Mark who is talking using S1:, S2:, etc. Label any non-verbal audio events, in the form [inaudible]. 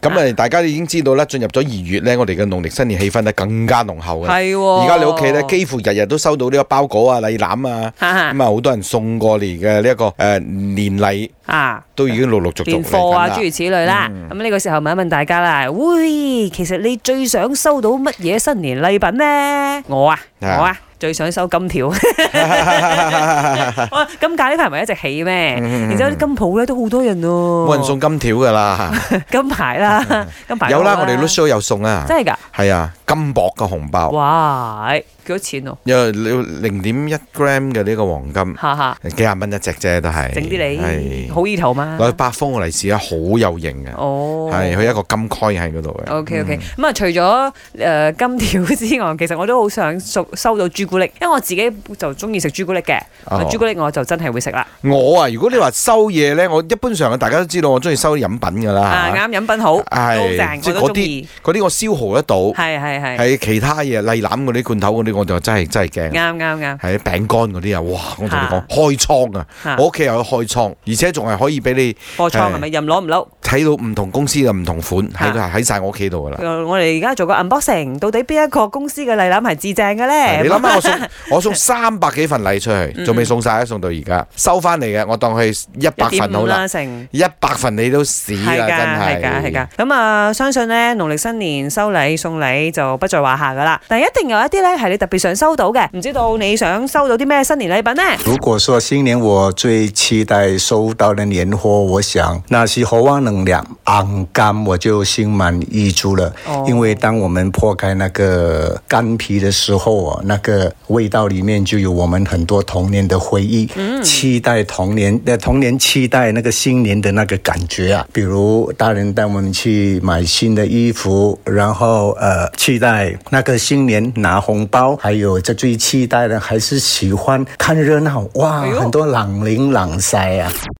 S1: 咁啊，大家已經知道啦，進入咗二月咧，我哋嘅農曆新年氣氛咧更加濃厚嘅。
S2: 係喎
S1: 而家你屋企
S2: [laughs]
S1: 咧，幾乎日日都收到呢個包裹啊、禮籃啊，
S2: 哈哈
S1: 咁啊，好多人送過嚟嘅呢一個誒年禮，
S2: 啊。
S1: 都已經陸陸續續
S2: 年
S1: 嚟緊
S2: 貨啊，
S1: 啦嗯
S2: 諸。如此類啦。咁呢、個時候問一問大家啦，喂，其實你最想收到乜嘢新年禮品呢？我啊，
S1: 啊
S2: 我啊，最想收
S1: [laughs]
S2: 金條。 [laughs] 哇金價呢排唔係一直起咩？然之後啲金鋪咧都好多人喎、
S1: 嗯冇人送金條㗎
S2: [laughs]
S1: 啦，
S2: 金
S1: [laughs]
S2: 牌啦，金牌
S1: 有啦，
S2: 好
S1: 我哋 l u s h o 有送啊，
S2: 真係㗎，
S1: 係啊，金箔嘅紅包，
S2: 哇，係幾多錢哦、
S1: 因為零點一 gram 嘅呢個黃金，
S2: 哈哈，
S1: 幾廿蚊一隻啫，都係。
S2: 整啲你
S1: 係
S2: 好意頭嘛？
S1: 攞去百豐嘅利是咧，啊好有型嘅，
S2: 哦，
S1: 係佢一個金蓋喺嗰度嘅。
S2: O K O K，咁啊，除咗誒金條之外，其實我都好想收收到朱古力，因為我自己就中意食朱古力嘅，
S1: 哦
S2: 朱古力我就真係會食啦。
S1: 我啊，如果你話收嘢咧，我一般上大家都知道我中意收飲品㗎啦
S2: 啊，
S1: 嚇
S2: 啱飲品好，都正，
S1: 即
S2: 我
S1: 係嗰
S2: 都中
S1: 啲
S2: 意。
S1: 嗰啲我消耗得到，
S2: 係係係，
S1: 係其他嘢例攬嗰啲罐頭嗰啲我就真係真係驚。
S2: 啱啱啱
S1: 係餅乾嗰啲啊，哇！我同你
S2: 啊
S1: 講開倉啊，
S2: 嚇
S1: 我，屋企又有開倉，而且仲係可以俾你
S2: 貨倉係咪任攞唔撈？
S1: 睇到唔同公司嘅唔同款喺
S2: 啊
S1: 喺晒我屋企度㗎啦。
S2: 誒我哋而家做個 unboxing，到底邊一個公司嘅禮籃係至正嘅咧？
S1: 你諗下，我送我送
S2: [laughs]
S1: 三百幾份禮出
S2: 嗯
S1: 去，仲未送晒，送到而家收翻嚟嘅，我當佢一百
S2: 一
S1: 份
S2: 點
S1: 好
S2: 五
S1: 啦
S2: 啦，，成。
S1: 一百份你都屎
S2: 係
S1: 啦，
S2: 㗎，係
S1: 真
S2: 㗎，
S1: 係
S2: 係㗎。咁啊，相信咧，農曆新年收禮送禮就不在話下㗎啦。但係一定有一啲咧係你特別想收到嘅，唔知道你想收到啲咩新年禮品呢？
S3: 如果说新年我最期待收到的年货，我想那是猴王能量昂干，我就心满意足了。
S2: 哦
S3: 因为当我们破开那个干皮的时候哦，那个味道里面就有我们很多童年的回忆，
S2: 嗯
S3: 期待童年呃童年期待那个新年的那个感觉啊。比如大人带我们去买新的衣服，然后呃期待那个新年拿红包，还有这最期待的还是喜欢看热闹哇，
S2: 哎呦
S3: 很多朗铃朗塞啊。